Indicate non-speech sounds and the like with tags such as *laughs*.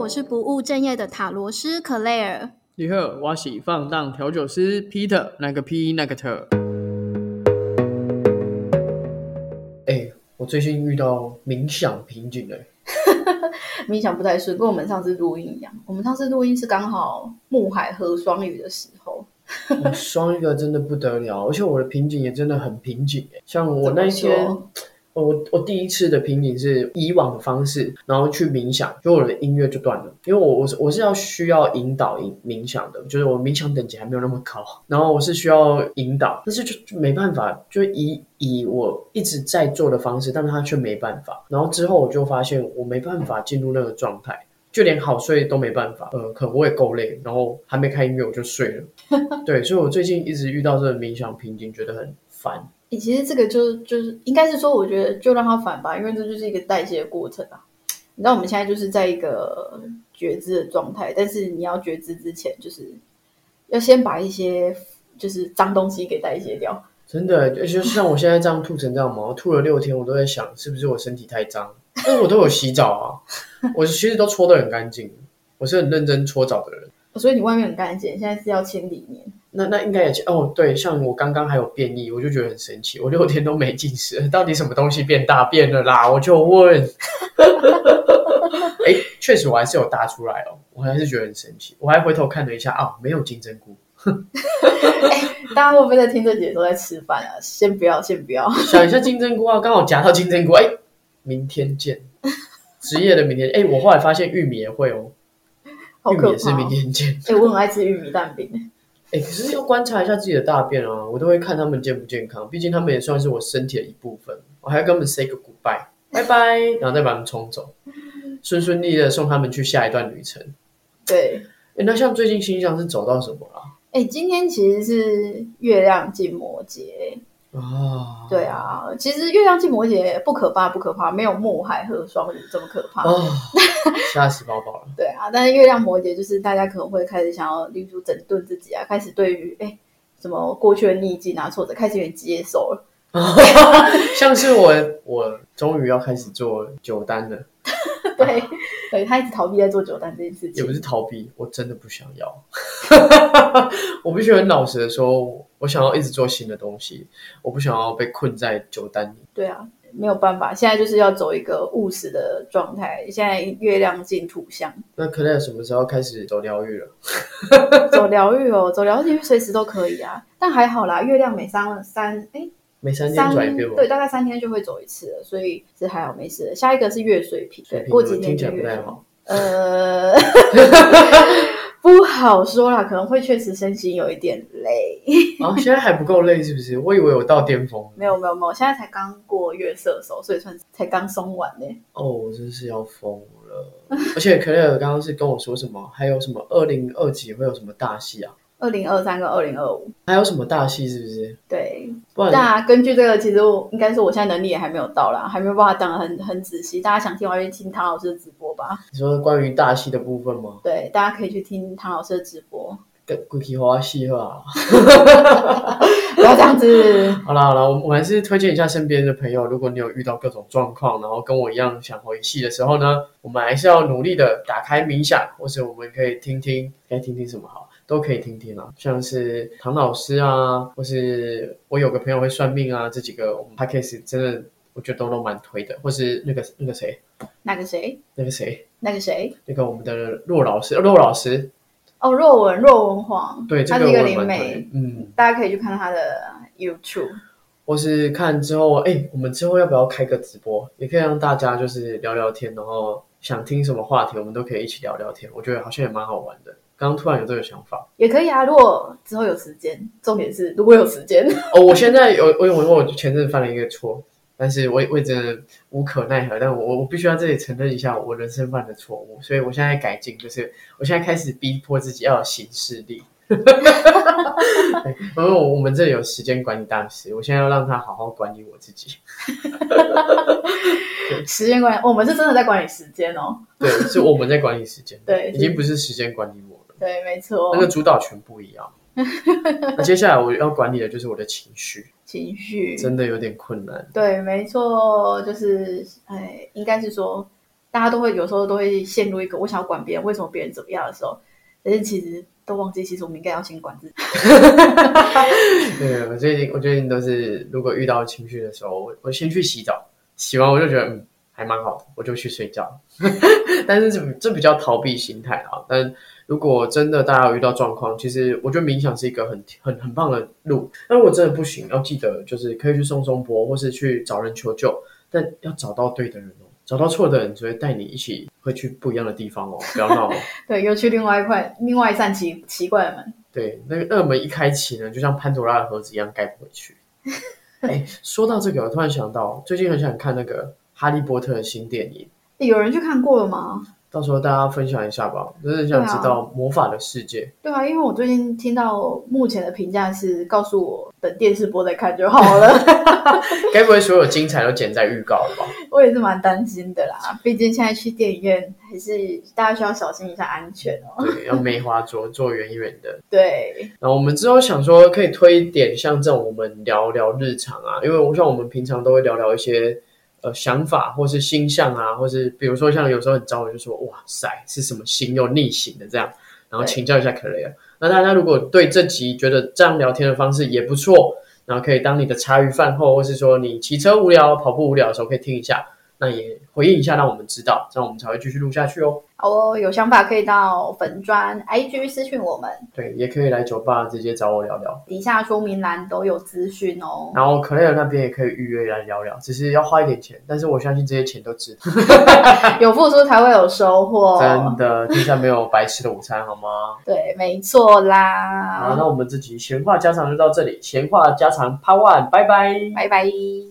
我是不务正业的塔罗师克莱尔。你好，我是放荡调酒师 Peter，那个 P 那个特。哎、我最近遇到冥想瓶颈哎、 *laughs* 冥想不太顺，跟我们上次录音一样。我们上次录音是刚好木海和双语的时候，我双一个真的不得了，而且我的瓶颈也真的很瓶颈、欸。像我怎么那一天说，我我第一次的瓶颈是以往的方式，然后去冥想，就我的音乐就断了，因为我我是我是要需要引导冥冥想的，就是我冥想等级还没有那么高，然后我是需要引导，但是就就没办法，就以以我一直在做的方式，但是他却没办法，然后之后我就发现我没办法进入那个状态。就连好睡都没办法，呃，可能我也够累，然后还没开音乐我就睡了， *laughs* 对，所以我最近一直遇到这个冥想瓶颈，觉得很烦。你其实这个就就是应该是说，我觉得就让它反吧，因为这就是一个代谢的过程啊。你知道我们现在就是在一个觉知的状态，但是你要觉知之前，就是要先把一些就是脏东西给代谢掉。真的，就就像我现在这样吐成这样嘛，我吐了六天，我都在想是不是我身体太脏，但是我都有洗澡啊，我其实都搓得很干净，我是很认真搓澡的人。所以你外面很干净，现在是要清理面。那那应该也哦，对，像我刚刚还有便意，我就觉得很神奇，我六天都没进食，到底什么东西变大便了啦？我就问，哎，确实我还是有大出来哦，我还是觉得很神奇，我还回头看了一下啊，没有金针菇，大家会不会在听这节都在吃饭啊？先不要，先不要。想一下金针菇啊，刚好夹到金针菇，哎、明天 *laughs* 见。职业的明天，哎、我后来发现玉米也会哦，好玉可米也怕是明哦！天见。哎、我很爱吃玉米蛋饼。哎、可是要观察一下自己的大便啊，我都会看他们健不健康，毕竟他们也算是我身体的一部分，我还要跟他们 say 个 goodbye，拜 *laughs* 拜，然后再把他们冲走，顺顺利利的送他们去下一段旅程。对，哎、那像最近星象是走到什么啊了哎、今天其实是月亮进摩羯。啊？对啊，其实月亮进摩羯不可怕，不可怕，没有木海和双鱼这么可怕。啊，吓死宝宝了。对啊，但是月亮摩羯就是大家可能会开始想要，例如整顿自己啊，开始对于哎、什么过去的逆境啊、挫折，开始有点接受了。 *laughs* 像是我，我终于要开始做酒单了。对，对他一直逃避在做酒单这件事也不情。是逃避，我真的不想要。 *laughs* 我必须很老实的说，我想要一直做新的东西，我不想要被困在酒单里。对啊，没有办法，现在就是要走一个务实的状态。现在月亮进土象， *laughs* 那可能什么时候开始走疗愈了？走疗愈哦，走疗愈随时都可以啊。但还好啦，月亮每三三哎每三天三转一遍吗？对，大概三天就会走一次了，所以是还好没事的。下一个是月水瓶，水对，瓶过几天听起来不就月太水好。呃， *laughs* 不好说啦，可能会确实身心有一点累。 *laughs* 啊，现在还不够累是不是？我以为我到巅峰了。没有没有没有，现在才刚过月射手，所以算是才刚松完呢、哦，我真是要疯了。而且可乐刚刚是跟我说什么？还有什么二零二几会有什么大戏啊？二零二三跟二零二五，还有什么大戏是不是？对，不然那根据这个，其实我应该说我现在能力也还没有到啦，还没有办法讲的很很仔细。大家想听，完就听唐老师的直播吧。你说关于大戏的部分吗？对，大家可以去听唐老师的直播， *laughs* 跟 g u c 花戏啊。不要这样子。好啦好啦，我我还是推荐一下身边的朋友，如果你有遇到各种状况，然后跟我一样想回戏的时候呢，我们还是要努力的打开冥想，或者我们可以听听，该听听什么好，都可以听听啊，像是唐老师啊，或是我有个朋友会算命啊，这几个我们 podcast 真的我觉得都都蛮推的，或是那个那个谁，那个谁，那个谁，那个谁，那个我们的骆老师，呃骆老师，哦，若文，若文黄，对，这他个是我一个也灵蛮推的媒，，嗯。大家可以去看他的 YouTube。或是看之后，哎、我们之后要不要开个直播？也可以让大家就是聊聊天，然后想听什么话题，我们都可以一起聊聊天。我觉得好像也蛮好玩的。刚刚突然有这个想法，也可以啊，如果之后有时间，重点是如果有时间，哦，我现在有我有我我前阵犯了一个错，但是我也我也真的无可奈何，但我我我必须要这里承认一下我人生犯的错误，所以我现在改进，就是我现在开始逼迫自己要有行事力。 *laughs* 对因为我我们这里有时间管理大师，我现在要让他好好管理我自己。 *laughs* 时间管理，我们是真的在管理时间哦。 *laughs* 对，是我们在管理时间，对已经不是时间管理我了，对，没错那，个主导权不一样。那接下来我要管理的就是我的情绪，情绪真的有点困难。对，没错，就是哎，应该是说，大大家都会有时候都会陷入一个我想要管别人为什么别人怎么样的时候，但是其实都忘记，其实我们应该要先管自己。*laughs* *laughs* 对，我最近我最近都是，如果遇到情绪的时候，我我先去洗澡，洗完我就觉得嗯还蛮好的，我就去睡觉。 *laughs* 但是这比这比较逃避心态啊。但如果真的大家有遇到状况，其实我觉得冥想是一个很很很棒的路。那如果真的不行，要记得就是可以去送松波，或是去找人求救，但要找到对的人哦。找到错的人只会带你一起会去不一样的地方哦，不要闹哦。对，又去另外一块、另外一扇奇奇怪的门。对，那个恶门一开启呢，就像潘多拉的盒子一样盖不回去。哎，说到这个，我突然想到，最近很想看那个《哈利波特》的新电影，诶有人去看过了吗？到时候大家分享一下吧。真的很想知道魔法的世界。对啊，因为我最近听到目前的评价是，告诉我等电视播再看就好 *laughs* 了。该不会所有精彩都剪在预告了吧？我也是蛮担心的啦，毕竟现在去电影院还是大家需要小心一下安全哦。对，要梅花桌坐远远的。对，然后我们之后想说，可以推一点像这种我们聊聊日常啊，因为我像我们平常都会聊聊一些呃想法，或是星象啊，或是比如说像有时候很糟，我就说哇塞是什么星又逆行的这样，然后请教一下 c l a r 那大家如果对这集觉得这样聊天的方式也不错，然后可以当你的茶余饭后，或是说你骑车无聊、跑步无聊的时候可以听一下，那也回应一下，让我们知道，这样我们才会继续录下去哦。好哦，有想法可以到粉砖、IG 私讯我们，对，也可以来酒吧直接找我聊聊。底下说明栏都有资讯哦。然后 Claire 那边也可以预约来聊聊，只是要花一点钱，但是我相信这些钱都值得。有付出才会有收获，哎真的，天下没有白吃的午餐，好吗？对，没错好，啦那。我们这集闲话家常就到这里，闲话家常 Part One，拜拜。拜拜。